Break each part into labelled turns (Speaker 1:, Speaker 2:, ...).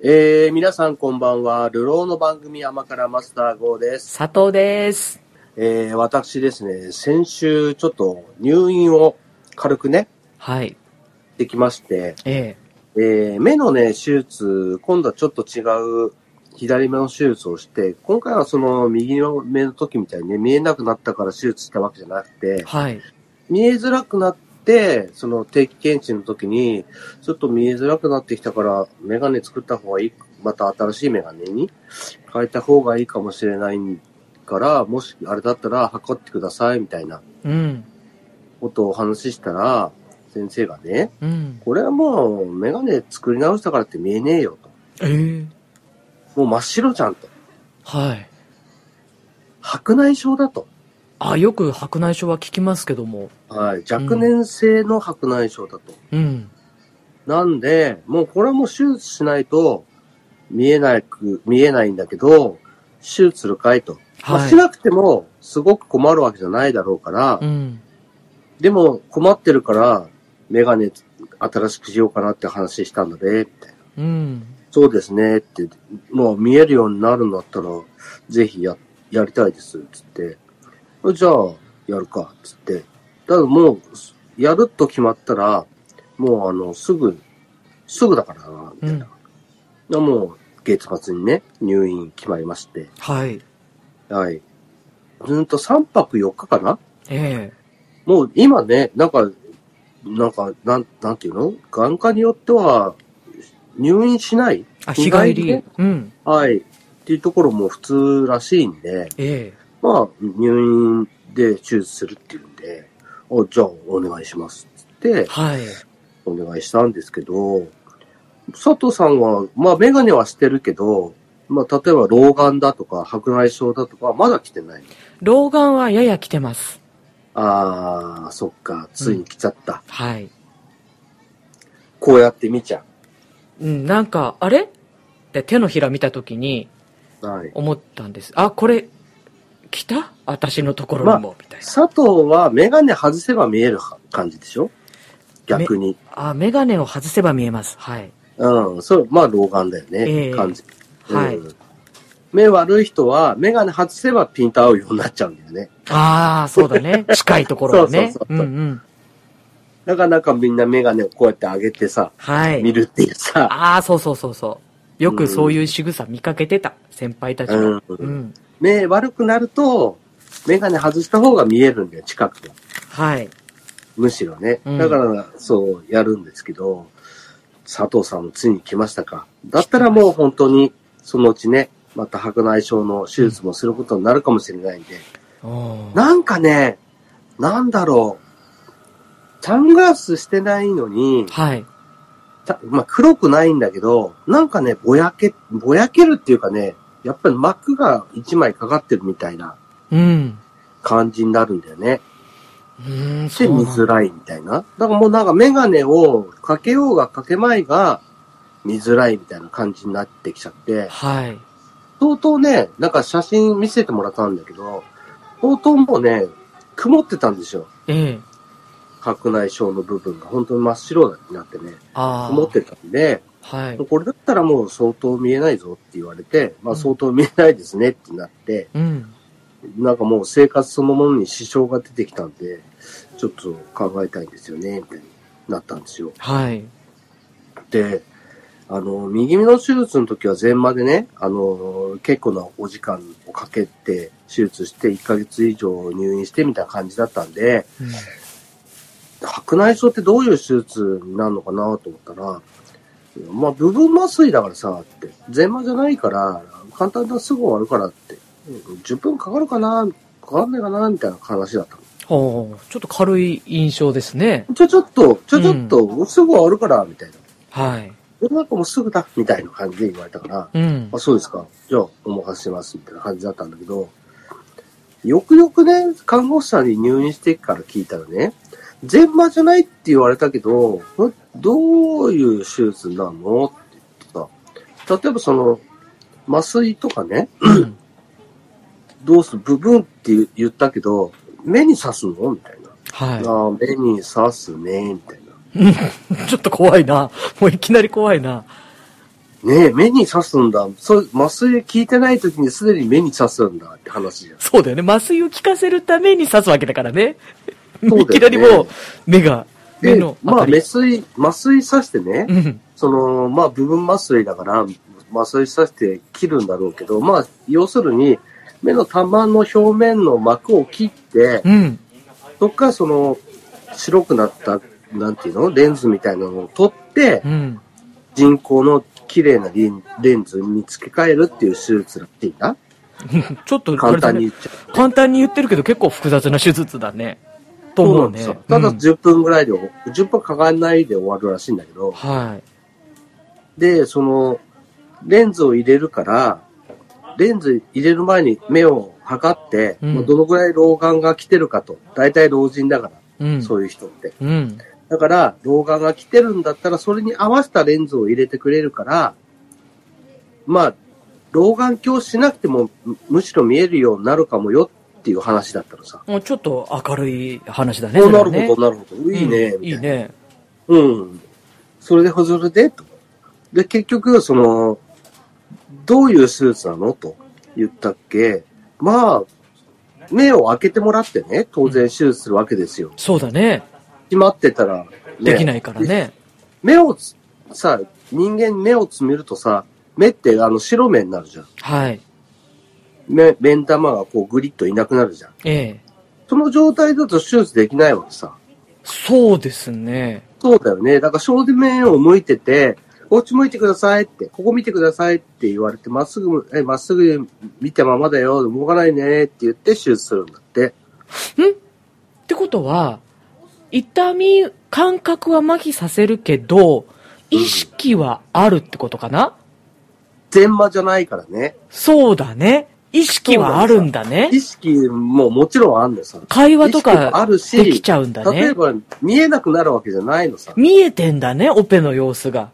Speaker 1: えー、皆さんこんばんは。流浪の番組甘からマスター号です。
Speaker 2: 佐藤です。
Speaker 1: えー、私ですね、先週ちょっと入院を軽くね、
Speaker 2: はい。
Speaker 1: できまして、
Speaker 2: え
Speaker 1: えー、目のね、手術、今度はちょっと違う左目の手術をして、今回はその右の目の時みたいにね、見えなくなったから手術したわけじゃなくて
Speaker 2: え、はい。
Speaker 1: 見えづらくなって、その定期検診の時に、ちょっと見えづらくなってきたから、メガネ作った方がいい、また新しいメガネに変えた方がいいかもしれないから、もしあれだったら測ってくださいみたいな
Speaker 2: うん。
Speaker 1: ことをお話ししたら、先生がね、
Speaker 2: うん。
Speaker 1: これはもうメガネ作り直したからって見えねえよと。
Speaker 2: ええ
Speaker 1: もう真っ白じゃんと。
Speaker 2: はい。
Speaker 1: 白内障だと。
Speaker 2: あ、よく白内障は聞きますけども。
Speaker 1: はい。若年性の白内障だと。
Speaker 2: うん。
Speaker 1: なんで、もうこれはもう手術しないと見えなく、見えないんだけど、手術するかいと。まあ
Speaker 2: はい
Speaker 1: し。なくてもすごく困るわけじゃないだろうから、
Speaker 2: うん。
Speaker 1: でも困ってるから、メガネ新しくしようかなって話したので、みたいな
Speaker 2: うん。
Speaker 1: そうですねって、もう見えるようになるんだったら、ぜひや、やりたいです、つって。じゃあ、やるか、つって。ただもう、やると決まったら、もうあの、すぐ、すぐだからな、みたいな。でもう、月末にね、入院決まりまして。
Speaker 2: はい。
Speaker 1: はい。ずっと3泊4日かな
Speaker 2: え
Speaker 1: もう今ね、なんか、なんか、なん、なんていうの眼科によっては、入院しない
Speaker 2: えあ、日帰
Speaker 1: 日帰り
Speaker 2: り
Speaker 1: で。
Speaker 2: うん。
Speaker 1: はい。っていうところも普通らしいんで、
Speaker 2: ええ
Speaker 1: まあ、入院で手術するっていうんで、おじゃあお願いしますっつって、
Speaker 2: はい。
Speaker 1: お願いしたんですけど、佐藤さんは、まあ、メガネはしてるけど、まあ、例えば老眼だとか白内障だとか、まだ来てない。
Speaker 2: 老眼はやや来てます。
Speaker 1: あー、そっか、ついに来ちゃった。
Speaker 2: はい。
Speaker 1: こうやって見ちゃ
Speaker 2: うん、なんか、あれって手のひら見たときに
Speaker 1: う。はい。
Speaker 2: 思ったんです。あ、これ、来た私のところにも、みたいな。
Speaker 1: 佐藤はメガネ外せば見えるは感じでしょ逆に。
Speaker 2: あ、メガネを外せば見えます。はい。
Speaker 1: うん、そう、まあ老眼だよね、
Speaker 2: ええ
Speaker 1: 感じ。
Speaker 2: はい
Speaker 1: うん目悪い人は、メガネ外せばピント合うようになっちゃうんだよね。
Speaker 2: ああ、そうだ ね。近いところをね。
Speaker 1: そうそう
Speaker 2: う
Speaker 1: そうん
Speaker 2: う。
Speaker 1: そうんなかなかみんなメガネをこうやって上げてさ、
Speaker 2: はい。
Speaker 1: 見るっていうさ、
Speaker 2: ああ、そうそうそうそう。よくそういう仕草見かけてた、先輩たちが。
Speaker 1: うん
Speaker 2: うん。
Speaker 1: 目悪くなると、メガネ外した方が見えるんだよ、近くが。
Speaker 2: はい。
Speaker 1: むしろね。
Speaker 2: うん
Speaker 1: だから、そう、やるんですけど、佐藤さんもついに来ましたか。だったらもう本当に、そのうちね、また白内障の手術もすることになるかもしれないんで、
Speaker 2: おー
Speaker 1: なんかね、なんだろう。サングラスしてないのに、
Speaker 2: はい。
Speaker 1: たまあ、黒くないんだけど、なんかね、ぼやけ、ぼやけるっていうかね、やっぱり膜が一枚かかってるみたいな
Speaker 2: うん。
Speaker 1: 感じになるんだよね。
Speaker 2: うーん、そ
Speaker 1: で、見
Speaker 2: うなん
Speaker 1: づらいみたいな。だからもうなんかメガネをかけようがかけまいが、見づらいみたいな感じになってきちゃって、
Speaker 2: はい。
Speaker 1: 相当ね、なんか写真見せてもらったんだけど、相当もうね、曇ってたんですよ。
Speaker 2: ええ。
Speaker 1: 白内障の部分が本当に真っ白になってね、
Speaker 2: ああ。
Speaker 1: 思ってたんで、
Speaker 2: はい。
Speaker 1: これだったらもう相当見えないぞって言われて、まあ
Speaker 2: うん
Speaker 1: 相当見えないですねってなって、
Speaker 2: うん。
Speaker 1: なんかもう生活そのものに支障が出てきたんで、ちょっと考えたいんですよね、みたいになったんですよ。
Speaker 2: はい。
Speaker 1: で、あの、右目の手術の時は全麻でね、あの、結構なお時間をかけて手術して1ヶ月以上入院してみたいな感じだったんで、
Speaker 2: うん
Speaker 1: 白内障ってどういう手術になるのかなと思ったら、まあ、部分麻酔だからさ、って。全麻じゃないから、簡単だすぐ終わるからって。うん10分かかるかなかかんないかなみたいな話だったの。
Speaker 2: おーちょっと軽い印象ですね。
Speaker 1: ちょちょっと、ちょちょっと、すぐ終わるから、みたいな。
Speaker 2: はい。
Speaker 1: 世の中もうすぐだ、みたいな感じで言われたから、
Speaker 2: うん
Speaker 1: あ、。そうですか。じゃあ、お任せします、みたいな感じだったんだけど、よくよくね、看護師さんに入院してから聞いたらね、全麻じゃないって言われたけど、んどういう手術なのって言ってさ、例えばその、麻酔とかね、
Speaker 2: うん
Speaker 1: どうする部分って言言ったけど、目に刺すのみたいな。
Speaker 2: はい
Speaker 1: ああ、目に刺すね、みたいな。
Speaker 2: うん。ちょっと怖いな。もういきなり怖いな。
Speaker 1: ねえ、目に刺すんだ。そう、麻酔効いてない時にすでに目に刺すんだって話じゃん。
Speaker 2: そうだよね。麻酔を効かせるために刺すわけだからね。
Speaker 1: だよね
Speaker 2: いきなりもう、目が、目
Speaker 1: で
Speaker 2: の、
Speaker 1: まあ、
Speaker 2: あたり
Speaker 1: 麻酔、麻酔刺してね、
Speaker 2: うん。
Speaker 1: その、まあ、部分麻酔だから、麻酔刺して切るんだろうけど、まあ、要するに、目の玉の表面の膜を切って、
Speaker 2: うん。
Speaker 1: そっからその、白くなった、なんていうのレンズみたいなのを取って、
Speaker 2: うん。
Speaker 1: 人工の綺麗なレンレンズに付け替えるっていう手術らしいな。
Speaker 2: ちょっと、
Speaker 1: 簡単に
Speaker 2: あれだね
Speaker 1: 言っちゃう。
Speaker 2: 簡単に言ってるけど結構複雑な手術だね。と
Speaker 1: そう
Speaker 2: 思
Speaker 1: な
Speaker 2: うん
Speaker 1: で
Speaker 2: ね。
Speaker 1: すよ。ただ
Speaker 2: うん
Speaker 1: 10分ぐらいで、10分かかんないで終わるらしいんだけど、
Speaker 2: はい。
Speaker 1: で、その、レンズを入れるから、レンズ入れる前に目を測って、
Speaker 2: うん
Speaker 1: まあどのぐらい老眼が来てるかと。大体老人だから、
Speaker 2: うん。。
Speaker 1: そうういう人って。
Speaker 2: うん。
Speaker 1: だから、老眼が来てるんだったら、それに合わせたレンズを入れてくれるから、まあ、老眼鏡しなくても、むむしろ見えるようになるかもよっていう話だったのさ。
Speaker 2: もうちょっと明るい話だね。
Speaker 1: お
Speaker 2: それ
Speaker 1: な
Speaker 2: は
Speaker 1: る
Speaker 2: ね
Speaker 1: ほど、なるほど。いいね、
Speaker 2: うん
Speaker 1: み
Speaker 2: い
Speaker 1: た
Speaker 2: い
Speaker 1: いな。
Speaker 2: ね。
Speaker 1: うん。それで、それで、と。で、結局、その、どういう手術なのと言ったっけまあ、目を開けてもらってね、当然手術するわけですよ。
Speaker 2: そうだね。
Speaker 1: 決まってたら、ね。
Speaker 2: できないから
Speaker 1: で。
Speaker 2: ね。
Speaker 1: 目をつ、さ、人間目をつめるとさ、目ってあの白目になるじゃん。
Speaker 2: はい。
Speaker 1: 目、目ん玉がこうグリッといなくなるじゃん。
Speaker 2: ええ。
Speaker 1: その状態だと手術できないわけさ。
Speaker 2: そうですね。
Speaker 1: そうだよね。だから正面を向いてて、こっち向いてくださいって、ここ見てくださいって言われて、まっすぐ、え、まっすぐ見たままだよ、動かないねって言って手術するんだって。
Speaker 2: ってことは、痛み、感覚は麻痺させるけど、
Speaker 1: うん
Speaker 2: 意識はあるってことかな、
Speaker 1: 全麻じゃないからね。
Speaker 2: そうだね。意識はあるんだね
Speaker 1: 意。識ももちろんあんのさ。
Speaker 2: 会話と
Speaker 1: 意識もあ
Speaker 2: か
Speaker 1: る
Speaker 2: でき
Speaker 1: し、
Speaker 2: ちゃうんだ
Speaker 1: 例え
Speaker 2: ね。
Speaker 1: ば見えなくなるわけじゃないのさ。
Speaker 2: 見えてんだね、オペの様子が。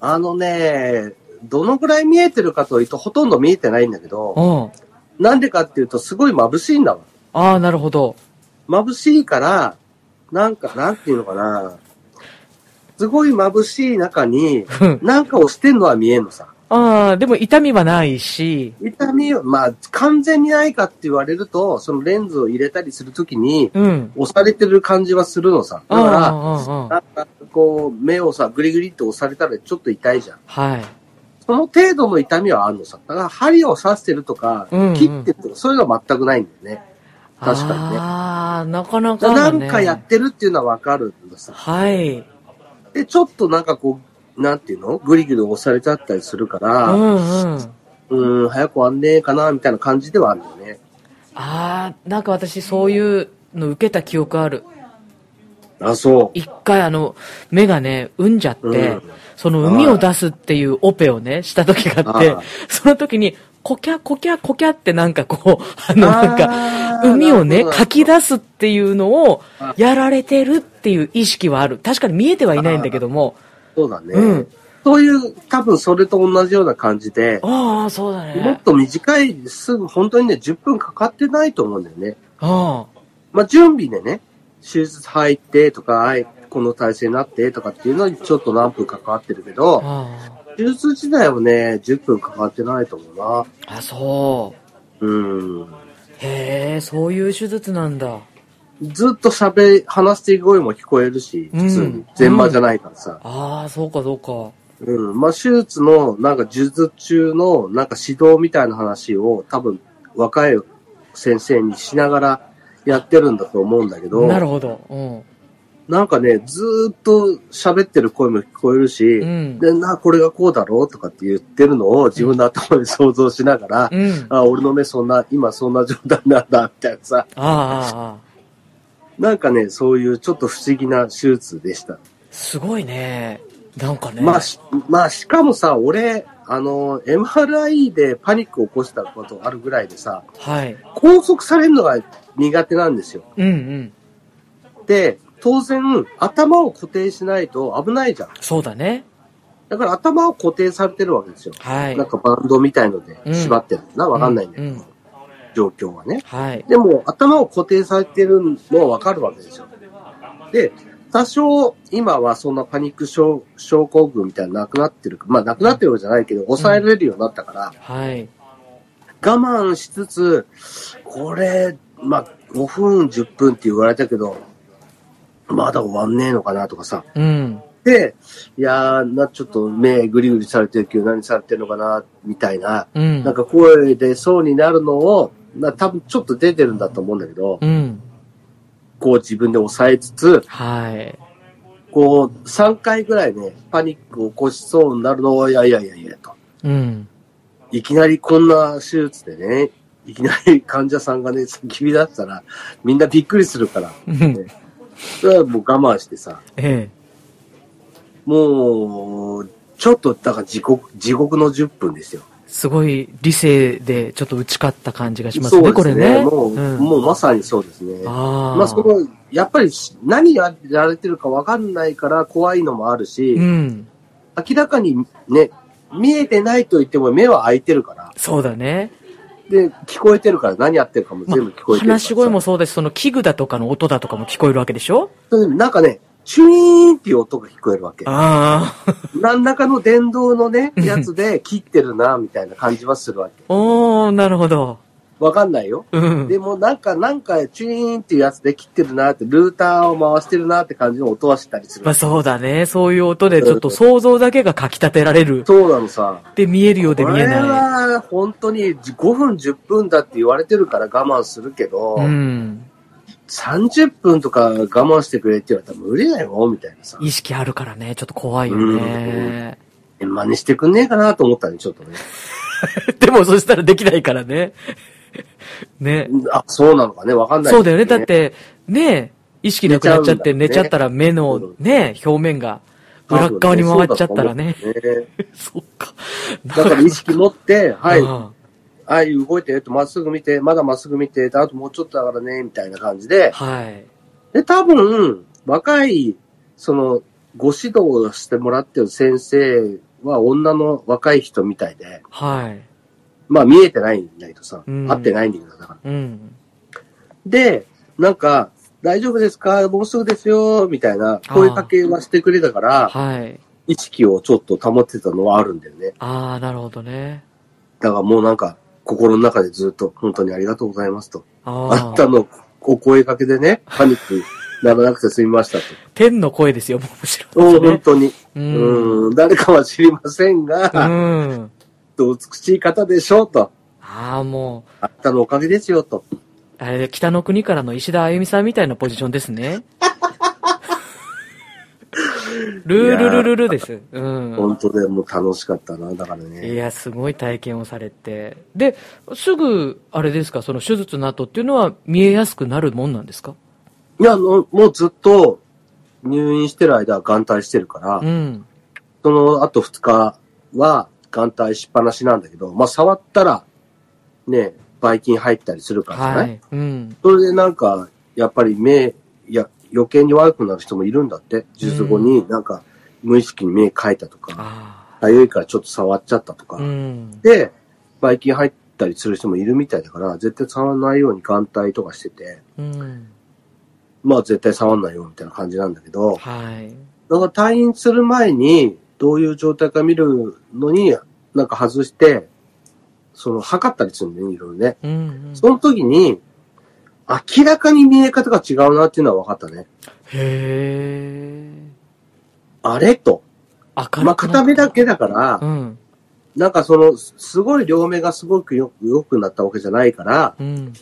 Speaker 1: あのね、どのぐらい見えてるかというと、ほとんど見えてないんだけ
Speaker 2: う
Speaker 1: ど、
Speaker 2: ん。
Speaker 1: なんでかっていうと、すごい眩しいんだわ。
Speaker 2: ああ、なるほど。
Speaker 1: 眩しいから、なんか、なんていうのかな。すごい眩しい中に、
Speaker 2: うん
Speaker 1: なんかをしてんのは見えんのさ。
Speaker 2: ああ、でも痛みはないし、
Speaker 1: 痛みを、まあ、完全にないかって言われると、そのレンズを入れたりするときに、
Speaker 2: うん。
Speaker 1: 押されてる感じはするのさ。だか
Speaker 2: ああ、
Speaker 1: ら、
Speaker 2: ああ
Speaker 1: なんかこう、目をさ、グリグリって押されたらちょっと痛いじゃん。
Speaker 2: はい。
Speaker 1: その程度の痛みはあるのさ。だから、針を刺してるとか
Speaker 2: うんうん、
Speaker 1: 切ってるとか、そういうのは全くないんだよね。確かにね
Speaker 2: ああ、なかな
Speaker 1: だ
Speaker 2: か
Speaker 1: から
Speaker 2: だ
Speaker 1: な
Speaker 2: ね。
Speaker 1: んかやってるっていうのはわかるんださ。
Speaker 2: はい。
Speaker 1: で、ちょっとなんかこう、なんていうのグリグリ押されちゃったりするか
Speaker 2: う
Speaker 1: ら、うん
Speaker 2: うん。
Speaker 1: ーん、早く終わんねえかな、みたいな感じではあるよね。
Speaker 2: ああ、なんか私そういうの受けた記憶ある。
Speaker 1: あ、そう。
Speaker 2: 一回あの、目がね、産んじゃって、
Speaker 1: うん
Speaker 2: その海を出すっていうオペをね、した時があって
Speaker 1: あー、
Speaker 2: その時に、コキャコキャコキャってなんかこう、あのなんか、
Speaker 1: か
Speaker 2: 海をね、かき
Speaker 1: す。
Speaker 2: 出すっていうのを
Speaker 1: あ、
Speaker 2: やられてるっていう意識はある。確かに見えてはいないんだけども、
Speaker 1: そうだね。
Speaker 2: うん
Speaker 1: そういう、多分それと同じような感じで、
Speaker 2: ああ、そうだ
Speaker 1: もっ
Speaker 2: ね。
Speaker 1: と短い、すぐ、本当にね、10分かかってないと思うんだよね。
Speaker 2: あ
Speaker 1: まあ、準備でね、手術入ってとか、はいこの体勢になってとかっていうのにちょっと何分かかってるけ
Speaker 2: あ、
Speaker 1: ど、
Speaker 2: あ
Speaker 1: 手術自体はね、10分かかってないと思うな。
Speaker 2: あ、あそう。
Speaker 1: うん。
Speaker 2: へえ、そういう手術なんだ。
Speaker 1: ずっと喋り、話していく声も聞こえるし、
Speaker 2: うん
Speaker 1: 普通に。全場じゃないからさ。
Speaker 2: ああ、そうかそうか。
Speaker 1: うん。まあ、手術の、なんか、手術中の、なんか指導みたいな話を、多分、若い先生にしながらやってるんだと思うんだけど、
Speaker 2: なるほど。うん。
Speaker 1: なんかね、ずーっと喋ってる声も聞こえるし、
Speaker 2: うん
Speaker 1: で、な、これがこうだろうとかって言ってるのを自分の頭で想像しながら、
Speaker 2: うん。あ
Speaker 1: あ、俺の目そんな、今そんな状態なんだ、みたいなさ。
Speaker 2: あ、ああ。
Speaker 1: なんかね、そういうちょっと不思議な手術でした。
Speaker 2: すごいね。なんかね。
Speaker 1: まあ、しまあ、しかもさ、俺、あの、MRI でパニックを起こしたことあるぐらいでさ、
Speaker 2: はい。
Speaker 1: 拘束されるのが苦手なんですよ。
Speaker 2: うんうん。
Speaker 1: で、当然、頭を固定しないと危ないじゃん。
Speaker 2: そうだね。
Speaker 1: だから頭を固定されてるわけですよ。
Speaker 2: はい。
Speaker 1: なんかバンドみたいので
Speaker 2: うん
Speaker 1: 縛ってるのかな、わかんないんだけど、
Speaker 2: うんうん
Speaker 1: 状況はね。
Speaker 2: はい。
Speaker 1: でも、頭を固定されてるのはわかるわけですよ。で、多少、今はそんなパニック症症候群みたいなのなくなってる。まあ、なくなってるわけじゃないけど、抑えられるようになったから、
Speaker 2: はい。
Speaker 1: 我慢しつつ、これ、まあ、5分、10分って言われたけど、まだ終わんねえのかなとかさ。
Speaker 2: うん。
Speaker 1: で、いやー、な、ちょっと目ぐりぐりされてるけど何されてるのかな、みたいな。
Speaker 2: うん。
Speaker 1: なんか声でそうになるのを、な多分ちょっと出てるんだと思うんだけど、
Speaker 2: うん。
Speaker 1: こう自分で抑えつつ、
Speaker 2: はい。
Speaker 1: こう3回ぐらいね、パニックを起こしそうになるのを、いやいやいやいやと。
Speaker 2: うん。
Speaker 1: いきなりこんな手術でね、いきなり患者さんがね、先だったら、みんなびっくりするから、
Speaker 2: うん
Speaker 1: それはもう我慢してさ、
Speaker 2: ええ。
Speaker 1: もう、ちょっと、だから地獄、地獄の10分ですよ。
Speaker 2: すごい理性でちょっと打ち勝った感じがします
Speaker 1: そう
Speaker 2: ね、
Speaker 1: ですね。
Speaker 2: これね。
Speaker 1: もう、
Speaker 2: ん
Speaker 1: もうまさにそうですね。
Speaker 2: ああ。
Speaker 1: まあそこ、やっぱりし何やられてるかわかんないから怖いのもあるし、
Speaker 2: うん。
Speaker 1: 明らかにね、見えてないと言っても目は開いてるから、
Speaker 2: そうだね。
Speaker 1: で、聞こえてるから何やってるかも全部聞こえてるからさ、
Speaker 2: 話し声もそうですし、その器具だとかの音だとかも聞こえるわけでしょ
Speaker 1: それでなんかね、チュイーンっていう音が聞こえるわけ。
Speaker 2: ああ。
Speaker 1: 何らかの電動のね、やつで切ってるな、みたいな感じはするわけ。
Speaker 2: おー、なるほど。
Speaker 1: わかんないよ。
Speaker 2: うん。
Speaker 1: でもなんか、なんか、チュイーンっていうやつで切ってるなって、ルーターを回してるなって感じの音はしたりする
Speaker 2: まあ。そうだね。そういう音でちょっと想像だけがかき立てられる。
Speaker 1: そうなのさ。
Speaker 2: で、見えるようで
Speaker 1: こ
Speaker 2: 見え
Speaker 1: れ
Speaker 2: な
Speaker 1: は本当に5分10分だって言われてるから我慢するけど、
Speaker 2: い。うん。
Speaker 1: 30分とか我慢してくれって言われたら無理だよ、みたいなさ。
Speaker 2: 意識あるからね、ちょっと怖いよね。
Speaker 1: 真似してくんねえかなと思ったね、ちょっとね。
Speaker 2: でもそしたらできないからね。 ね。
Speaker 1: あ、そうなのかね、わかんない、
Speaker 2: そうだよね。だっ、て、ね、意識なくなっちゃって寝
Speaker 1: 寝
Speaker 2: ち
Speaker 1: ち
Speaker 2: ゃ
Speaker 1: ゃ
Speaker 2: っ
Speaker 1: うんだね
Speaker 2: たら目のね、表面が裏っ側に回っちゃったらね。
Speaker 1: そうだと思うんだよね。
Speaker 2: そっか。
Speaker 1: だから意識持 って、はい、
Speaker 2: あ
Speaker 1: はい、動いて、えっと、まっすぐ見て、まだまっすぐ見て、あともうちょっとだからね、みたいな感じ
Speaker 2: あ
Speaker 1: で、
Speaker 2: はい。
Speaker 1: で、多分、若い、その、ご指導をしてもらってる先生は女の若い人みたいで、
Speaker 2: はい。
Speaker 1: まあ見えてないんだけどさ、
Speaker 2: うん
Speaker 1: 会ってないんだけど、だから。
Speaker 2: うん。
Speaker 1: で、なんか、大丈夫ですかもうすぐですよ、みたいな声かけはしてくれたから、
Speaker 2: はい。
Speaker 1: 意識をちょっと保ってたのはあるんだよね。
Speaker 2: ああ、なるほどね。
Speaker 1: だからもうなんか、心の中でずっと、本当にありがとうございますと。あ
Speaker 2: あ
Speaker 1: っ
Speaker 2: あ
Speaker 1: た。の、お声かけでね、パニックならなくて済みましたと。
Speaker 2: 天の声ですよ、もうむしろ。
Speaker 1: お本当に。
Speaker 2: う。
Speaker 1: うん
Speaker 2: うん
Speaker 1: ん、誰かは知りませんが、
Speaker 2: あ
Speaker 1: お美しい方でしょうと。
Speaker 2: あ、も
Speaker 1: あったのおかげですよと。
Speaker 2: う、あれで北の国からの石田あゆみさんみたいなポジションですね。 ルールルルルです。うん。
Speaker 1: 本当でもう楽しかったな、だから
Speaker 2: い
Speaker 1: ね。
Speaker 2: や、すごい体験をされて。で、すぐ、あれですか、その手術の後っていうのは見えやすくなるもんなんですか
Speaker 1: いや、あのもうずっと入院してる間は眼帯してるから、
Speaker 2: うん。
Speaker 1: その後2日は眼帯しっぱなしなんだけど、まあ触ったら、ね、ばい菌入ったりするからじゃな、
Speaker 2: はいい。うん。
Speaker 1: それでなんか、やっぱり目、いや、余計に悪くなる人もいるんだって。術後になんか、無意識に目描いたとか、
Speaker 2: あ
Speaker 1: 痒いからちょっと触っちゃったとか。
Speaker 2: あ。うん。
Speaker 1: で、ばい菌入ったりする人もいるみたいだから、絶対触らないように眼帯とかしてて、
Speaker 2: うん。
Speaker 1: まあ絶対触んないよみたいな感じなんだけど、
Speaker 2: はい。
Speaker 1: だから退院する前に、どういう状態か見るのに、なんか外して、その、測ったりするんだよね、いろいろね。
Speaker 2: うん、うん。
Speaker 1: その時に、明らかに見え方が違うなっていうのは分かったね。
Speaker 2: へえ。
Speaker 1: あれと。
Speaker 2: 明るくな
Speaker 1: まあ、片目だけだか
Speaker 2: う
Speaker 1: ら、
Speaker 2: ん。
Speaker 1: なんかその、すすごい両目がすごくよく良くなったわけじゃないから、
Speaker 2: うん。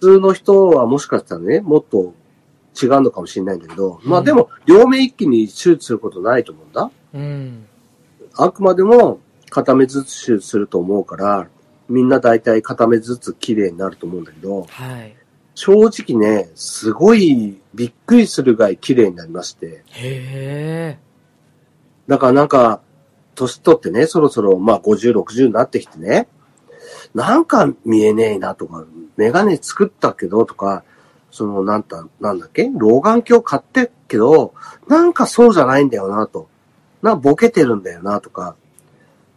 Speaker 1: 普通の人はもしかしたらね、もっと違うのかもしれないんだけど、まあでも、両目一気に手術することないと思うんだ。
Speaker 2: うん。
Speaker 1: あくまでも、片目ずつ手術すると思うから、みんな大体片目ずつ綺麗になると思うんだけど、
Speaker 2: はい。
Speaker 1: 正直ね、すごいびっくりするぐらい綺麗になりまして、
Speaker 2: へえ。
Speaker 1: だからなんか、年取ってね、そろそろ、まあ、50、60になってきてね、なんか見えねえなとか、メガネ作ったけどとか、その、なんた、なんだっけ老眼鏡買ってけど、なんかそうじゃないんだよなと。なんかボケてるんだよなとか、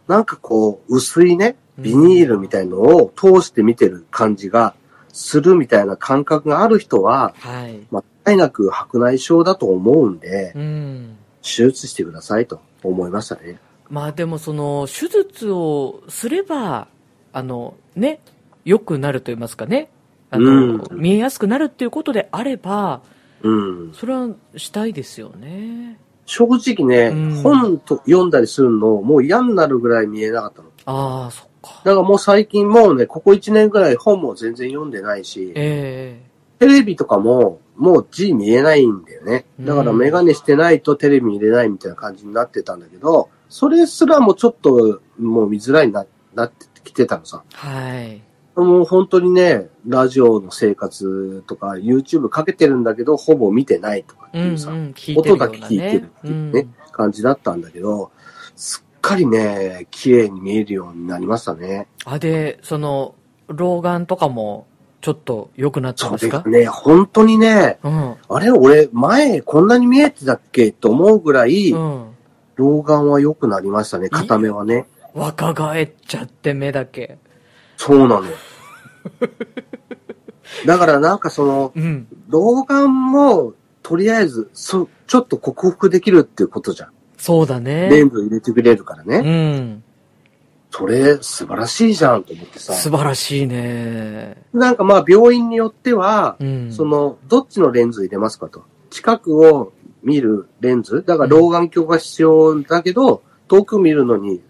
Speaker 1: なんかこう、薄いね、ビニールみたいのを通して見てる感じがするみたいな感覚がある人は、
Speaker 2: はい。
Speaker 1: まあ、いなく白内障だと思うんで、
Speaker 2: うん。
Speaker 1: 手術してくださいと思いましたね。
Speaker 2: まあでもその、手術をすれば、あの、ね、良くなると言いますかね。あの、
Speaker 1: うん
Speaker 2: 見えやすくなるっていうことであれば、
Speaker 1: うん。
Speaker 2: それはしたいですよね。
Speaker 1: 正直ね、
Speaker 2: うん
Speaker 1: 本と読んだりするの、もう嫌になるぐらい見えなかったの。
Speaker 2: ああ、そっか。
Speaker 1: だからもう最近もうね、ここ1年ぐらい本も全然読んでないし、
Speaker 2: え
Speaker 1: テレビとかももう字見えないんだよね。だから
Speaker 2: うん
Speaker 1: メガネしてないとテレビ見れないみたいな感じになってたんだけど、それすらもちょっともう見づらいな、なってきてたのさ。
Speaker 2: えはい。
Speaker 1: もう本当にね、ラジオの生活とか YouTube かけてるんだけど、ほぼ見てないとかって
Speaker 2: うん、う
Speaker 1: い
Speaker 2: ん、
Speaker 1: うさ、
Speaker 2: 聞いてるよ
Speaker 1: 音
Speaker 2: うな
Speaker 1: だ
Speaker 2: ね。
Speaker 1: け聞いてるっていう
Speaker 2: う
Speaker 1: ね、
Speaker 2: ん
Speaker 1: 感じだったんだけど、すっかりね、綺麗に見えるようになりましたね。
Speaker 2: あ、で、その、老眼とかも、ちょっと良くなって
Speaker 1: そ
Speaker 2: ま
Speaker 1: うですす
Speaker 2: か
Speaker 1: ね、本当にね、
Speaker 2: うん。
Speaker 1: あれ俺、前こんなに見えてたっけと思うぐらい、
Speaker 2: うん。
Speaker 1: 老眼は良くなりましたね、片目はね。
Speaker 2: 若返っちゃって、目だけ。
Speaker 1: そう なの。だからなんかその、
Speaker 2: うん。
Speaker 1: 老眼も、とりあえず、そ、ちょっと克服できるっていうことじゃん。
Speaker 2: そうだね。
Speaker 1: レンズ入れてくれるからね。
Speaker 2: うん。
Speaker 1: それ、素晴らしいじゃんと思ってさ。
Speaker 2: 素晴らしいね。
Speaker 1: なんかまあ、病院によっては、
Speaker 2: うん。
Speaker 1: その、どっちのレンズ入れますかと。近くを見るレンズ。だから老眼鏡が必要だけど、遠く見るのに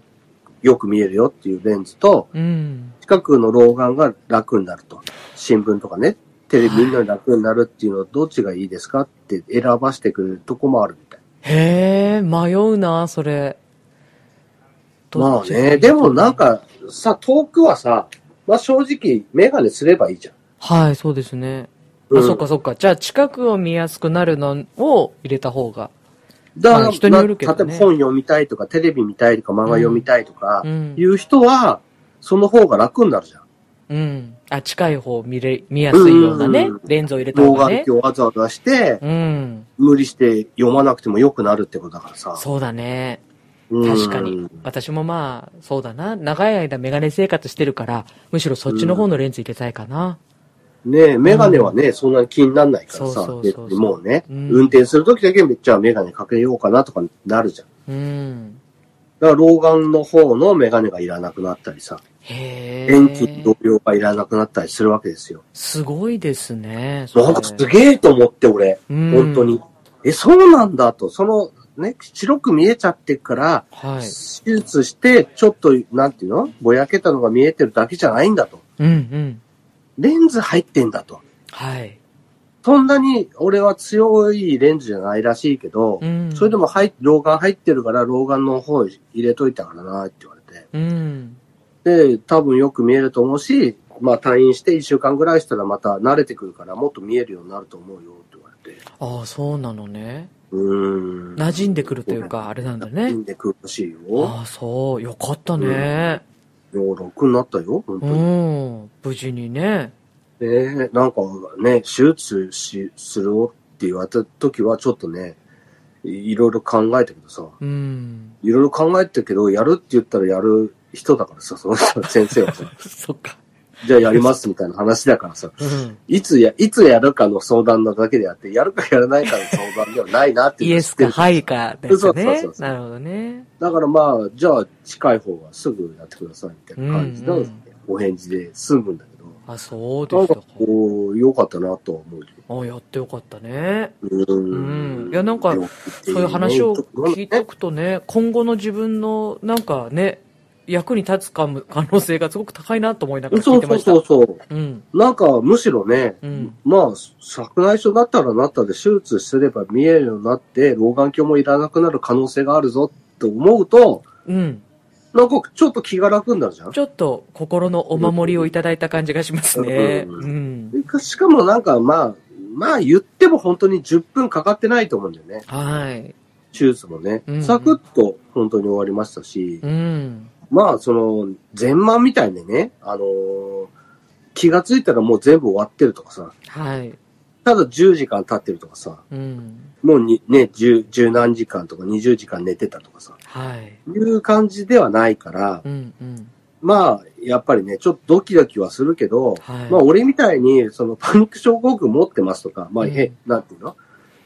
Speaker 1: よく見えるよっていうレンズと、
Speaker 2: うん。
Speaker 1: 近くの老眼が楽になると。新聞とかね、テレビ見るのに楽になるっていうのはどっちがいいですかって選ばしてくれるとこもあるみたい。
Speaker 2: へえ、迷うな、それ。
Speaker 1: まあね、でもなん。かさ、遠くはさ、まあ正直メガネすればいいじゃん。
Speaker 2: はい、そうですね。
Speaker 1: う
Speaker 2: あ、
Speaker 1: ん
Speaker 2: そっかそっか。じゃあ、近くを見やすくなるのを入れた方が。
Speaker 1: だから、
Speaker 2: まあ人によるけどね
Speaker 1: な例えば本読みたいとか、テレビ見たいとか、漫画読みたいとか
Speaker 2: う、ん
Speaker 1: い。う人は、その方が楽になるじゃん。
Speaker 2: うん。あ、近い方を見れ、見やすいようなね
Speaker 1: うん。
Speaker 2: レンズを入れた
Speaker 1: 老
Speaker 2: 方が
Speaker 1: 眼
Speaker 2: ね
Speaker 1: 鏡。をわざわざして、
Speaker 2: うん。
Speaker 1: 無理して読まなくても良くなるってことだからさ。
Speaker 2: そうだね。
Speaker 1: うん
Speaker 2: 確かに。私もまあ、そうだな。長い間メガネ生活してるから、むしろそっちの方のレンズ入れたいかな。
Speaker 1: ねえ、メガネはね、そんなに気にならないから
Speaker 2: そう
Speaker 1: さ
Speaker 2: そ、う
Speaker 1: 別
Speaker 2: そうそう
Speaker 1: にもうね、
Speaker 2: うん
Speaker 1: 運転するときだけめっちゃメガネかけようかなとかなるじゃん。
Speaker 2: うん。
Speaker 1: だから老眼の方のメガネがいらなくなったりさ、
Speaker 2: へえ。
Speaker 1: 電気同様がいらなくなったりするわけですよ。
Speaker 2: すごいですね。それ
Speaker 1: なんかすげえと思って俺、
Speaker 2: うん
Speaker 1: 本当に。え、そうなんだと、そのね、白く見えちゃってっから、
Speaker 2: はい。
Speaker 1: 手術して、ちょっと、なんていうのぼやけたのが見えてるだけじゃないんだと。
Speaker 2: うんうん。
Speaker 1: レンズ入ってんだと。
Speaker 2: はい。
Speaker 1: そんなに俺は強いレンズじゃないらしいけど、
Speaker 2: うん。
Speaker 1: それでも入っ老眼入ってるから、老眼の方入れといたからなって言われ
Speaker 2: うん。
Speaker 1: て。で、多分よく見えると思うし、まあ退院して1週間ぐらいしたらまた慣れてくるから、もっと見えるようになると思うよって言われて。
Speaker 2: ああ、そうなのね。
Speaker 1: うーん。
Speaker 2: 馴染んでくるというか、あれなんだ
Speaker 1: 馴
Speaker 2: ね
Speaker 1: 染。んでくるらしいよ。
Speaker 2: ああ、そう。よかったね。
Speaker 1: よう楽になったよ、本当
Speaker 2: う
Speaker 1: に。
Speaker 2: ん。無事にね。
Speaker 1: ねえ、なんかね、手術しするよって言われた時はちょっとね、いいろいろ考えたけどさ、
Speaker 2: うん。
Speaker 1: いろいろ考えたけど、やるって言ったらやる人だからさ、その人の先生はさ、
Speaker 2: そっか。
Speaker 1: じゃあやりますみたいな話だからさ、
Speaker 2: うん。
Speaker 1: いつや、いつやるかの相談なだけであって、やるかやらないかの相談ではないなって
Speaker 2: イ
Speaker 1: いう
Speaker 2: エ
Speaker 1: の知
Speaker 2: ス
Speaker 1: って
Speaker 2: か
Speaker 1: る
Speaker 2: ハイかです
Speaker 1: そうそう
Speaker 2: ね
Speaker 1: そう。そう
Speaker 2: なるほどね。
Speaker 1: だからまあ、じゃあ近い方がすぐやってくださいみたいな感じ
Speaker 2: うんう
Speaker 1: の
Speaker 2: ん
Speaker 1: お返事で済むんだけど、
Speaker 2: あ、そう
Speaker 1: な
Speaker 2: で
Speaker 1: ん
Speaker 2: し
Speaker 1: か
Speaker 2: たか。
Speaker 1: こう、良かったなとは思うよ。
Speaker 2: あやってよかったね。
Speaker 1: う
Speaker 2: うんいやなんか、そういう話を聞いてお
Speaker 1: て。
Speaker 2: くとね、今後の自分のなんかね、役に立つかも可能性がすごく高いなと思いながら聞
Speaker 1: そ
Speaker 2: いうて
Speaker 1: そ
Speaker 2: ま
Speaker 1: う
Speaker 2: した。
Speaker 1: そうそう。
Speaker 2: うん。
Speaker 1: なんか、むしろね、
Speaker 2: うん
Speaker 1: まあ、白内障だったらなったで手術すれば見えるようになって、老眼鏡もいらなくなる可能性があるぞって思うと、
Speaker 2: うん。
Speaker 1: なんかちょっと気が楽になるじゃん
Speaker 2: ちょっと心のお守りをいただいた感じがしますね。
Speaker 1: う
Speaker 2: うん。
Speaker 1: しかもなんか、まあ、まあ言っても本当に10分かかってないと思うんだよね。
Speaker 2: はい。
Speaker 1: 手術もね
Speaker 2: うんう。ん
Speaker 1: サクッと本当に終わりましたし、
Speaker 2: うん。
Speaker 1: まあその、全満みたいにね、あのー気がついたらもう全部終わってるとかさ、
Speaker 2: はい。
Speaker 1: ただ10時間経ってるとかさ、
Speaker 2: うん。
Speaker 1: もうにね、十、十何時間とか20時間寝てたとかさ、
Speaker 2: はい。
Speaker 1: いう感じではないから、
Speaker 2: うんうん。
Speaker 1: まあ、やっぱりね、ちょっとドキドキはするけど、
Speaker 2: はい
Speaker 1: まあ、俺みたいに、そのパニック症候群持ってますとか、まあ、
Speaker 2: うん
Speaker 1: へ、なんていうの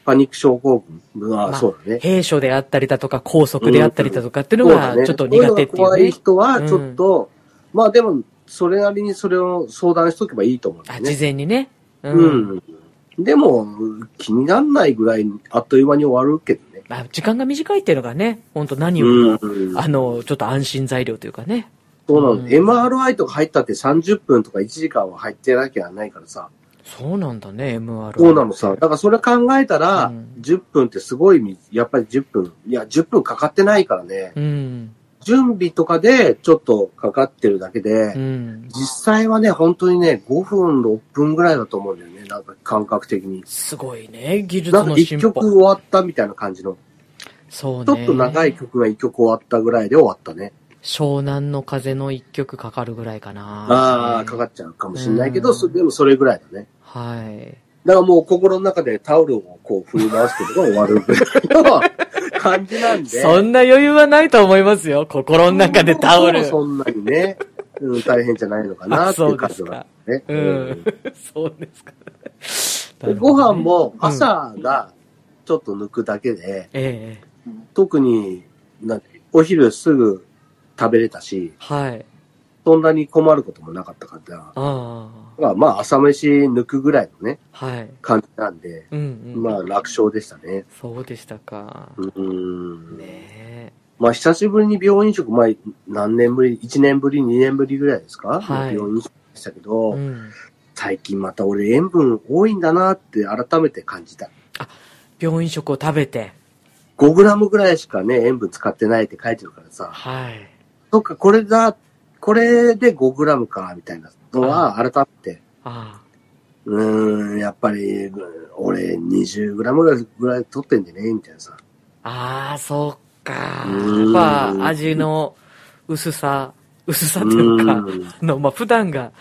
Speaker 1: パニック症候群。まあ、
Speaker 2: まあ
Speaker 1: そうだね。
Speaker 2: 閉所であったりだとか、高速であったりだとかっていう
Speaker 1: そう
Speaker 2: の
Speaker 1: だ
Speaker 2: が
Speaker 1: ね
Speaker 2: ちょっと苦手ってい
Speaker 1: そうういうのが怖
Speaker 2: ね
Speaker 1: い。人は、ちょっと、まあ、でも、それなりにそれを相談しとけばいいと思うんだ
Speaker 2: あ
Speaker 1: よ
Speaker 2: 事
Speaker 1: ね。
Speaker 2: 前にね。う
Speaker 1: うん。でも、気にならないぐらい、あっという間に終わるけどね。
Speaker 2: まあ、時間が短いっていうのがね、本当何よりも、
Speaker 1: うん。
Speaker 2: あの、ちょっと安心材料というかね。
Speaker 1: そうなの、
Speaker 2: うん
Speaker 1: MRI とか入ったって30分とか1時間は入ってなきゃないからさ。
Speaker 2: そうなんだね、MR。
Speaker 1: そうなのさ。だからそれ考えたら、
Speaker 2: うん
Speaker 1: 10分ってすごいみ、やっぱり10分。いや、10分かかってないからね。
Speaker 2: うん。
Speaker 1: 準備とかでちょっとかかってるだけで、
Speaker 2: うん。
Speaker 1: 実際はね、本当にね、5分、6分ぐらいだと思うんだよね。なんか感覚的に。
Speaker 2: すごいね、技術
Speaker 1: なんか
Speaker 2: の
Speaker 1: 1
Speaker 2: 進
Speaker 1: 曲
Speaker 2: 歩。
Speaker 1: 終わったみたいな感じの。
Speaker 2: そうね。
Speaker 1: ちょっと長い曲が1曲終わったぐらいで終わったね。
Speaker 2: 湘南の風の一曲かかるぐらいかな。
Speaker 1: ああ、かかっちゃうかもしれないけど、
Speaker 2: うん
Speaker 1: そでもそれぐらいだね。
Speaker 2: はい。
Speaker 1: だからもう心の中でタオルをこう振り回すことが終わるぐらいの感じなんで。
Speaker 2: そんな余裕はないと思いますよ。心の中でタオル。
Speaker 1: そんなにね、うん、大変じゃないのかなっていう感じがね。
Speaker 2: う
Speaker 1: うん
Speaker 2: ん。 そうですか。
Speaker 1: でご飯も朝がちょっと抜くだけで、
Speaker 2: ええ
Speaker 1: 特になんてお昼すぐ食べれたし、
Speaker 2: はい。
Speaker 1: そんなに困ることもなかったから、
Speaker 2: あ
Speaker 1: まあ、まあ朝飯抜くぐらいのね、
Speaker 2: あ。はい。
Speaker 1: 感じなんで、
Speaker 2: うんうん。
Speaker 1: まあ楽勝でしたね。
Speaker 2: そうでしたか。
Speaker 1: うん。
Speaker 2: ねえ。
Speaker 1: まあ、久しぶりに病院食、まあ、何年ぶり、1年ぶり、2年ぶりぐらいですか、
Speaker 2: はい
Speaker 1: 病院食でしたけど、
Speaker 2: うん。
Speaker 1: 最近また俺塩分多いんだなって改めて感じた。
Speaker 2: 病院食を食べて。
Speaker 1: 5グラムぐらいしかね、塩分使ってないって書いてるからさ、
Speaker 2: はい。
Speaker 1: そっか、これだ、これで5グラムか、みたいなのは改めて、
Speaker 2: あ
Speaker 1: うーん、やっぱり、うん俺20グラムぐらいぐらい取ってんじゃねみたいなさ。
Speaker 2: あ。ああ、そうか。
Speaker 1: う
Speaker 2: や
Speaker 1: ん
Speaker 2: っぱ味の薄さ、薄さ
Speaker 1: う
Speaker 2: というか、
Speaker 1: ん。
Speaker 2: の、まあ普段が、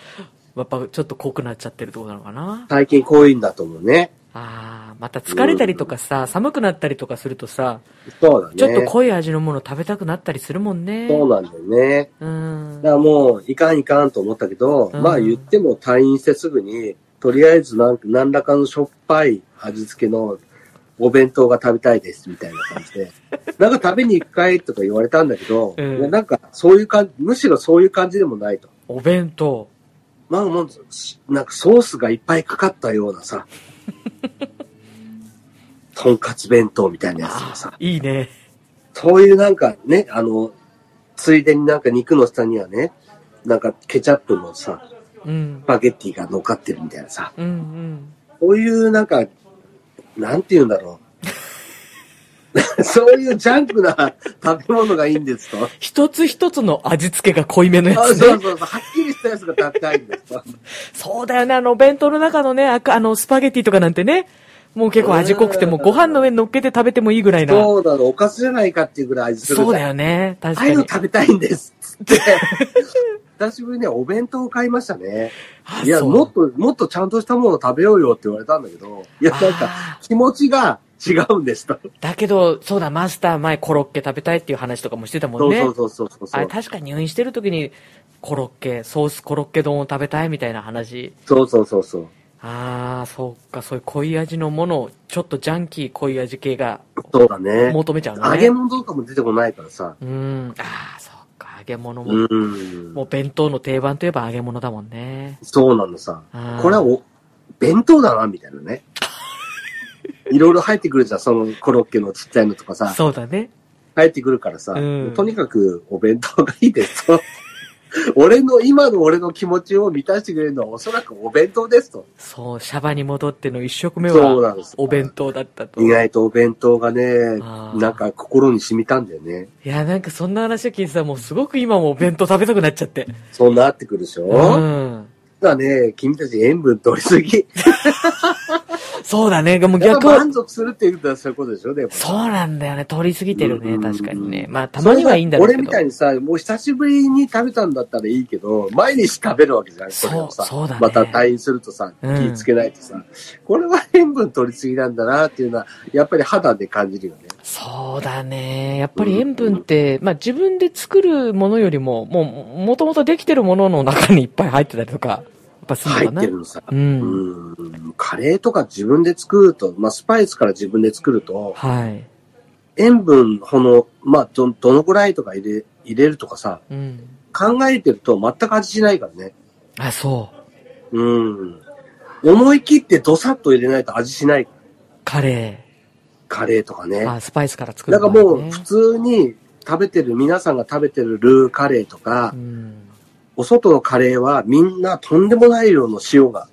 Speaker 2: やっぱちょっと濃くなっちゃってるところなのかな。
Speaker 1: 最近こういうんだと思うね。
Speaker 2: ああ、また疲れたりとかさ、寒くなったりとかするとさ、
Speaker 1: そうだね。
Speaker 2: ちょっと濃い味のもの食べたくなったりするもんね。
Speaker 1: そうなんだよね。
Speaker 2: うん
Speaker 1: だか。らもう、いかんいかんと思ったけど、
Speaker 2: うん
Speaker 1: まあ言っても退院してすぐに、とりあえずなん何らかのしょっぱい味付けのお弁当が食べたいです、みたいな感じ で。なんか食べに行くかいとか言われたんだけど、
Speaker 2: うん
Speaker 1: いやなんかそういう感じ、むしろそういう感じでもないと。
Speaker 2: お弁当。
Speaker 1: まあもう、しなんかソースがいっぱいかかったような さ、とんかつ弁当みたいなやつと
Speaker 2: あ
Speaker 1: かさ
Speaker 2: あ、、いいね。
Speaker 1: そういうなんかね、あの、ついでになんか肉の下にはね、なんかケチャップのさ、
Speaker 2: うん
Speaker 1: ス。パゲッティが乗っかってるみたいなさ、
Speaker 2: うんうん。
Speaker 1: こういうなんか、なんて言うんだろう。 そういうジャンクな食べ物がいいんですと。
Speaker 2: 一つ一つの味付けが濃いめのや
Speaker 1: あそう
Speaker 2: つ
Speaker 1: そ
Speaker 2: ね
Speaker 1: う。そう。はっきりしたやつが食べたいんですと。
Speaker 2: そうだよね、あの、お弁当の中のね、あくあの、スパゲティとかなんてね、もう結構味濃くても、
Speaker 1: うん
Speaker 2: ご飯の上に乗っけて食べてもいいぐらいな。
Speaker 1: そうだろう、おかずじゃないかっていうぐらい味するじゃん
Speaker 2: そうだよね、確
Speaker 1: ああ
Speaker 2: か
Speaker 1: いうの
Speaker 2: に。
Speaker 1: 食べたいんですっつって。久しぶりにお弁当を買いましたね。
Speaker 2: あ
Speaker 1: いや、
Speaker 2: そう
Speaker 1: もっと、もっとちゃんとしたものを食べようよって言われたんだけど、いや、なんか
Speaker 2: あ
Speaker 1: 気持ちが違うんですと。
Speaker 2: ーだけど、そうだ、マスター前コロッケ食べたいっていう話とかもしてたも
Speaker 1: そ
Speaker 2: ん
Speaker 1: う
Speaker 2: ね。
Speaker 1: そうそうそうそう。
Speaker 2: あれ確か入院してる時にコロッケ、ソースコロッケ丼を食べたいみたいな話。
Speaker 1: そうそうそうそう。
Speaker 2: ああ、そっか、そういう濃い味のものを、ちょっとジャンキー濃い味系が
Speaker 1: そうだね。
Speaker 2: 求めちゃうの
Speaker 1: 揚
Speaker 2: ね。
Speaker 1: げ物とかも出てこないからさ。
Speaker 2: うん。ああ、そっか、揚げ物も。
Speaker 1: うん。
Speaker 2: もう弁当の定番といえば揚げ物だもんね。
Speaker 1: そうなのさ
Speaker 2: あ。ー
Speaker 1: これはお、弁当だな、みたいな ね。いろいろ入ってくるじゃん、そのコロッケのちっちゃいのとかさ。
Speaker 2: そうだね。
Speaker 1: 入ってくるからさ。
Speaker 2: うん
Speaker 1: とにかくお弁当がいいですと。 俺の、今の俺の気持ちを満たしてくれるのはおそらくお弁当ですと。
Speaker 2: そう、シャバに戻っての一食目
Speaker 1: そう
Speaker 2: は、
Speaker 1: なんです。
Speaker 2: お弁当だったと。
Speaker 1: 意
Speaker 2: い
Speaker 1: 外とお弁当がね、
Speaker 2: あー
Speaker 1: なんか心に染みたんだよね。
Speaker 2: や、なんかそんな話を聞いてたらもうすごく今もお弁当食べたくなっちゃって。
Speaker 1: そうなってくるでしょ、
Speaker 2: うん。
Speaker 1: だね、君たち塩分取りすぎ。
Speaker 2: そうだね。もう
Speaker 1: やっ
Speaker 2: 逆
Speaker 1: ぱ
Speaker 2: は
Speaker 1: 満足するっていうことはそういうことでしょでも。
Speaker 2: そうなんだよね。通り過ぎてる
Speaker 1: う
Speaker 2: ね。
Speaker 1: ん
Speaker 2: 確かにね。まあ、たまにはいいんだろうけ
Speaker 1: 俺
Speaker 2: ど。
Speaker 1: みたいにさ、もう久しぶりに食べたんだったらいいけど、毎日食べるわけじゃん。
Speaker 2: そう
Speaker 1: これをさ
Speaker 2: そうだね
Speaker 1: また退院するとさ、気
Speaker 2: うん
Speaker 1: ぃつけないとさ、これは塩分取りすぎなんだなっていうのは、やっぱり肌で感じるよね。
Speaker 2: そうだね。やっぱり塩分って、まあ自分で作るものよりも、もう、もともとできてるものの中にいっぱい入ってたりとか、やっぱするの
Speaker 1: 入
Speaker 2: かな。
Speaker 1: ってるのさ。
Speaker 2: うん。
Speaker 1: うん、カレーとか自分で作ると、まあ、スパイスから自分で作ると、
Speaker 2: はい。
Speaker 1: 塩分、この、まあ、ど、どのぐらいとか入れ、入れるとかさ、
Speaker 2: うん。
Speaker 1: 考えてると全く味しないからね。
Speaker 2: あ、そう。
Speaker 1: うん。思い切ってドサッと入れないと味しない。
Speaker 2: カレ
Speaker 1: カレーとかね。
Speaker 2: ー。あ、スパイスから作
Speaker 1: な
Speaker 2: る
Speaker 1: んか
Speaker 2: 場合ね、
Speaker 1: もう普通に食べてる、皆さんが食べてるルーカレーとか
Speaker 2: う、ん。
Speaker 1: お外のカレーはみんなとんでもない量の塩が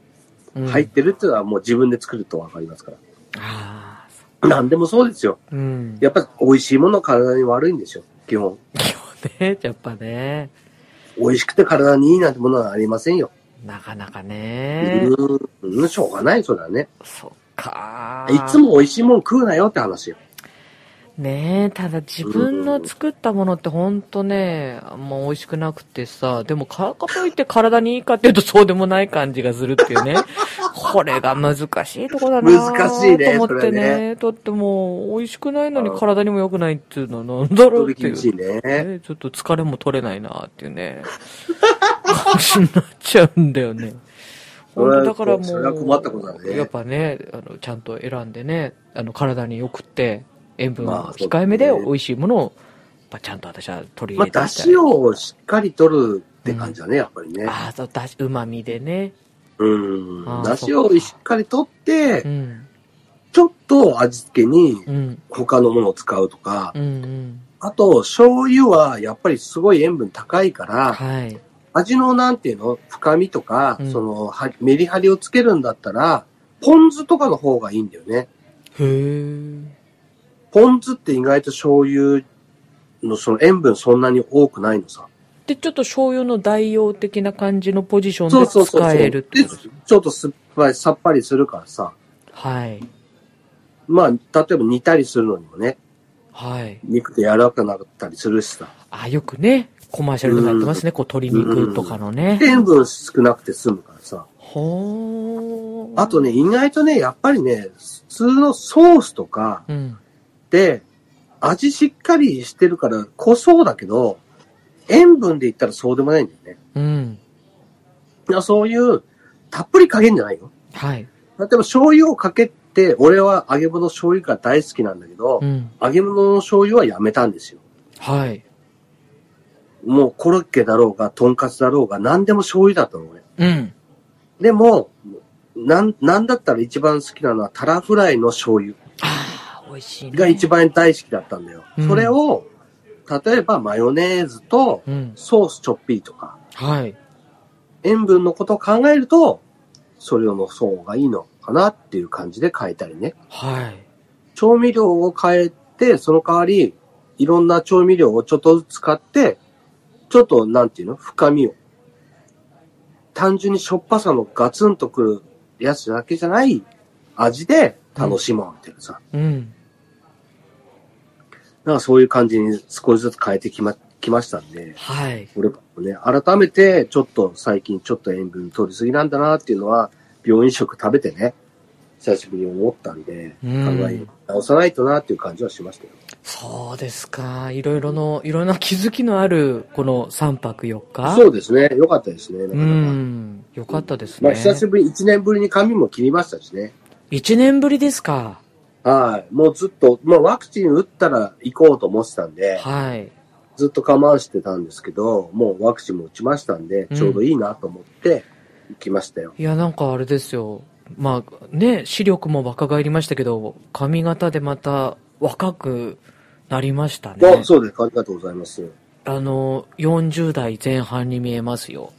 Speaker 2: うん
Speaker 1: 入っ。てるっていうのはもう自分で作るとわかりますから。
Speaker 2: ああ。そ
Speaker 1: なんでもそうですよ。
Speaker 2: ううん。
Speaker 1: やっぱ美味しいものは体に悪いんですよ。基本。
Speaker 2: 今日ね、やっぱね。
Speaker 1: 美味しくて体にいいなんてものはありませんよ。
Speaker 2: なかなか
Speaker 1: う
Speaker 2: ね。
Speaker 1: ーん、うん、しょうがない、それはね。
Speaker 2: そっか。
Speaker 1: いつ。も美味しいもん食うなよって話よ。
Speaker 2: ねえ、ただ自分の作ったものってほんとね、あんま美味しくなくてさ、でもか、かといって体にいいかっていうとそうでもない感じがするっていう ね。これが難しいとこだなぁ
Speaker 1: 難しい
Speaker 2: と
Speaker 1: ね
Speaker 2: 思って
Speaker 1: それ
Speaker 2: ね。だってもう、美味しくないのに体にも良くないっていうのはなんだろ
Speaker 1: そう
Speaker 2: っ
Speaker 1: れ
Speaker 2: ていう
Speaker 1: 厳。しいね。
Speaker 2: ねちょっと疲れも取れないなーっていうね、感じになっちゃうんだよね。
Speaker 1: それ
Speaker 2: 本
Speaker 1: は
Speaker 2: 当だからもう、
Speaker 1: それは困ったことだね
Speaker 2: やっぱね、あの、ちゃんと選んでね、あの、体に良くって、塩分
Speaker 1: まあ
Speaker 2: は控えめで
Speaker 1: そうだね
Speaker 2: 美味しいものを、やっぱちゃんと私は取り
Speaker 1: ま
Speaker 2: 入れ
Speaker 1: あ、
Speaker 2: て
Speaker 1: だ
Speaker 2: みたい
Speaker 1: しをしっかり取るって感じだね、やっぱりね。
Speaker 2: ああ、そう、だし、旨味でね。
Speaker 1: うん。
Speaker 2: あ
Speaker 1: だしをしっかり取って
Speaker 2: う、ん。
Speaker 1: ちょっと味付けに
Speaker 2: うん。
Speaker 1: 他のものを使うとか、
Speaker 2: うん。うん。
Speaker 1: あと、醤油はやっぱりすごい塩分高いから、
Speaker 2: はい。
Speaker 1: 味のなんていうの深みとか、
Speaker 2: うん
Speaker 1: その、はメリハリをつけるんだったら、ポン酢とかの方がいいんだよね。
Speaker 2: へえ。
Speaker 1: ポン酢って意外と醤油のその塩分そんなに多くないのさ。
Speaker 2: で、ちょっと醤油の代用的な感じのポジション
Speaker 1: そう
Speaker 2: で
Speaker 1: そうそう
Speaker 2: 使
Speaker 1: そう。
Speaker 2: えるって
Speaker 1: で
Speaker 2: ことです。
Speaker 1: ちょっと酸っぱい、さっぱりするからさ。
Speaker 2: はい。
Speaker 1: まあ、例えば煮たりするのにもね、
Speaker 2: はい。
Speaker 1: 肉って柔らかくなったりするしさ。
Speaker 2: あ、よくね、コマーシャルとかやってますね。こう、鶏肉とかのね。
Speaker 1: 塩分少なくて済むからさ。
Speaker 2: ほー。
Speaker 1: あとね、、意外とね、やっぱりね、普通のソースとか
Speaker 2: うん。
Speaker 1: で、味しっかりしてるから濃そうだけど、塩分で言ったらそうでもないんだよね。
Speaker 2: うん。
Speaker 1: だからそういう、たっぷり加減じゃないよ。
Speaker 2: はい。
Speaker 1: 例えば醤油をかけて、俺は揚げ物醤油が大好きなんだけど、
Speaker 2: うん。
Speaker 1: 揚げ物の醤油はやめたんですよ。
Speaker 2: はい。
Speaker 1: もうコロッケだろうが、とんかつだろうが、何でも醤油だと思うよ。
Speaker 2: うん。
Speaker 1: でも、なん、なんだったら一番好きなのはタラフライの醤油
Speaker 2: あー、美味しいね。
Speaker 1: が一
Speaker 2: 番。
Speaker 1: 番大好きだったんだよ。
Speaker 2: うん
Speaker 1: それを、例えばマヨネーズと
Speaker 2: うん。
Speaker 1: ソースちょっぴりとか、
Speaker 2: はい。
Speaker 1: 塩分のことを考えると、それをの方がいいのかなっていう感じで変えたりね。
Speaker 2: はい。
Speaker 1: 調味料を変えて、その代わり、いろんな調味料をちょっとずつ使って、ちょっと、なんていうの深みを。単純にしょっぱさのガツンとくるやつだけじゃない味で楽しもうみたいなさ。
Speaker 2: うん。
Speaker 1: なんかそういう感じに少しずつ変えてきま、きましたんで、
Speaker 2: はい。
Speaker 1: 俺もね、改めてちょっと最近ちょっと塩分取りすぎなんだなっていうのは、病院食食べてね、久しぶりに思ったんで、
Speaker 2: う
Speaker 1: 考
Speaker 2: ん
Speaker 1: え直さないとなっていう感じはしましたよ。
Speaker 2: そうですか。いろいろの、いろんな気づきのある、この3泊4日。
Speaker 1: そうですね。良かったですね。なか
Speaker 2: う
Speaker 1: なか
Speaker 2: ん。よかったです
Speaker 1: まあ、
Speaker 2: ね。
Speaker 1: 久しぶり、1年ぶりに髪も切りましたしね。
Speaker 2: 1年ぶりですか。
Speaker 1: はい。もうずっと、まあ、ワクチン打ったら行こうと思ってたんで、
Speaker 2: はい。
Speaker 1: ずっと我慢してたんですけど、もうワクチンも打ちましたんで、
Speaker 2: うん
Speaker 1: ちょうどいいなと思って行きましたよ。
Speaker 2: いや、なんかあれですよ。まあね、視力も若返りましたけど、髪型でまた若くなりました
Speaker 1: あ
Speaker 2: ね。
Speaker 1: そうです。ありがとうございます。
Speaker 2: あの、40代前半に見えますよ。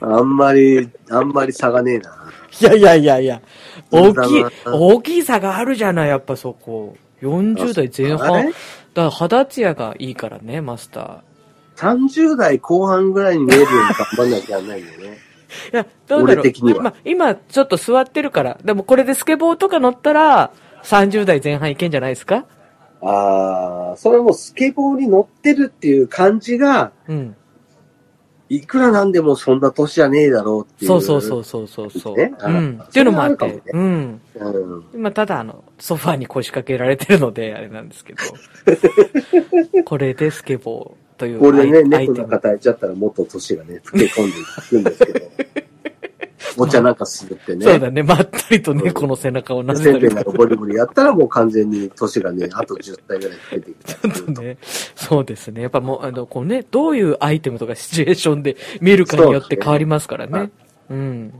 Speaker 1: あんまり、あんまり差がねえな。
Speaker 2: いやいやいやいや、大きい
Speaker 1: そう、だな
Speaker 2: 大きい差があるじゃない、やっぱそこ。40代前
Speaker 1: あ
Speaker 2: 半。
Speaker 1: れ
Speaker 2: だから肌ツヤがいいからね、マスタ
Speaker 1: ?30 代後半ぐらいに見えるように頑張んなきゃいけないんだよね。
Speaker 2: ー。いや、どうだろ
Speaker 1: 俺
Speaker 2: う。
Speaker 1: 的には
Speaker 2: まあ今ちょっと座ってるから。でもこれでスケボーとか乗ったら、30代前半いけんじゃないですか
Speaker 1: ああ、それはもうスケボーに乗ってるっていう感じが、
Speaker 2: うん。
Speaker 1: いくらなんでもそんな年じゃねえだろうっていう。
Speaker 2: そうそうそうそうそうそう。
Speaker 1: ね
Speaker 2: う
Speaker 1: あ
Speaker 2: ん。
Speaker 1: ら
Speaker 2: っていうのもあっ
Speaker 1: それはある
Speaker 2: て
Speaker 1: か。も
Speaker 2: うん。
Speaker 1: うん。
Speaker 2: 今、ただ、あの、ソファーに腰掛けられてるので、あれなん ですけど。これでスケボーという
Speaker 1: これでね、
Speaker 2: アイ
Speaker 1: 猫
Speaker 2: テ
Speaker 1: が
Speaker 2: ム。
Speaker 1: 抱えちゃったらもっと年がね、老け込んでいくんですけど。 お茶なんかするってね。
Speaker 2: そうだね。まったりと
Speaker 1: うん
Speaker 2: 猫の背中をな
Speaker 1: せ
Speaker 2: ぜ
Speaker 1: ん
Speaker 2: た
Speaker 1: べい
Speaker 2: り
Speaker 1: な
Speaker 2: と
Speaker 1: んか
Speaker 2: か。
Speaker 1: ボリボリやったらもう完全に年 がね、あと10歳ぐらい増えてきたっていうと。
Speaker 2: ね、そうですね。やっぱもう、あの、こうね、どういうアイテムとかシチュエーションで見るかによって変わりますから
Speaker 1: そうで
Speaker 2: ね。うん。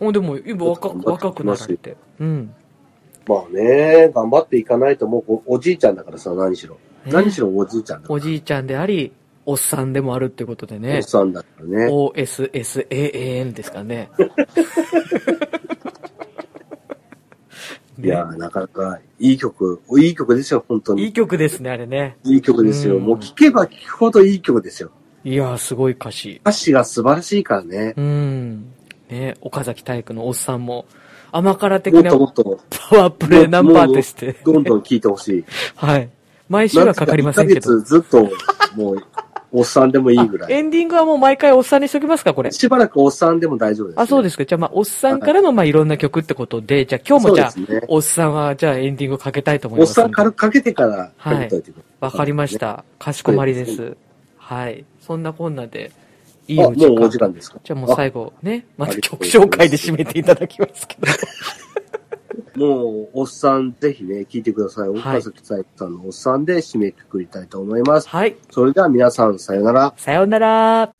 Speaker 2: おでも、今若く、若くなられて。うん。
Speaker 1: まあね、頑張っていかないともうおおじいちゃんだからさ、何しろ。
Speaker 2: ね
Speaker 1: 何しろおじいちゃんだから。
Speaker 2: おじいちゃんであり、おっさんでもあるってことで
Speaker 1: お
Speaker 2: ね
Speaker 1: っ。さんだからね。
Speaker 2: OSSAAN ですかね。
Speaker 1: いやー、なかなかいい曲、いい曲ですよ、本当
Speaker 2: い
Speaker 1: に
Speaker 2: い。曲ですね、あれね。
Speaker 1: いい曲ですよ。
Speaker 2: うん
Speaker 1: もう聴けば聴くほどいい曲ですよ。
Speaker 2: いやー、すごい歌詞。
Speaker 1: 歌詞が素晴らしいからね。
Speaker 2: うん。ね、岡崎体育のおっさんも、甘辛的
Speaker 1: もっ
Speaker 2: な
Speaker 1: ともっと、
Speaker 2: パワープレイナンバーとして、
Speaker 1: どんどん聴いてほしい。
Speaker 2: はい。毎週はかかりませんけど。
Speaker 1: なんつうか一ヶ月ずっと、もう、おっさんでもいいぐ ら
Speaker 2: あエ
Speaker 1: い。
Speaker 2: ンディングはもう毎回おっさんにしときますか、これ。
Speaker 1: しばらくおっさんでも大丈夫です、。
Speaker 2: あ、そうですすか。じゃあ、まあ、おっさんからの、まあ、いろんな曲ってことで、じゃあ、今日
Speaker 1: そ
Speaker 2: も
Speaker 1: う
Speaker 2: じ
Speaker 1: で
Speaker 2: ゃあ
Speaker 1: す、ね。
Speaker 2: おっさんは、じゃあ、エンディングかけたいと思い
Speaker 1: おっ
Speaker 2: ますんで。
Speaker 1: さん軽くかけてからかけといてください。
Speaker 2: わかりました。かしこまりです。はい。そんなこんなで、いい
Speaker 1: あ、
Speaker 2: お時
Speaker 1: もうお時
Speaker 2: 間。
Speaker 1: 間ですか
Speaker 2: じゃあもう最後ね、ま
Speaker 1: あ
Speaker 2: た
Speaker 1: りがと
Speaker 2: 曲
Speaker 1: うございます
Speaker 2: 紹介で締めていただきますけど。
Speaker 1: もう、おっさん、ぜひね、聞いてください。
Speaker 2: い
Speaker 1: 岡崎体育さんのおっさんで締めくくりたいと思います。
Speaker 2: はい。
Speaker 1: それでは皆さん、さよなら。
Speaker 2: さようなら。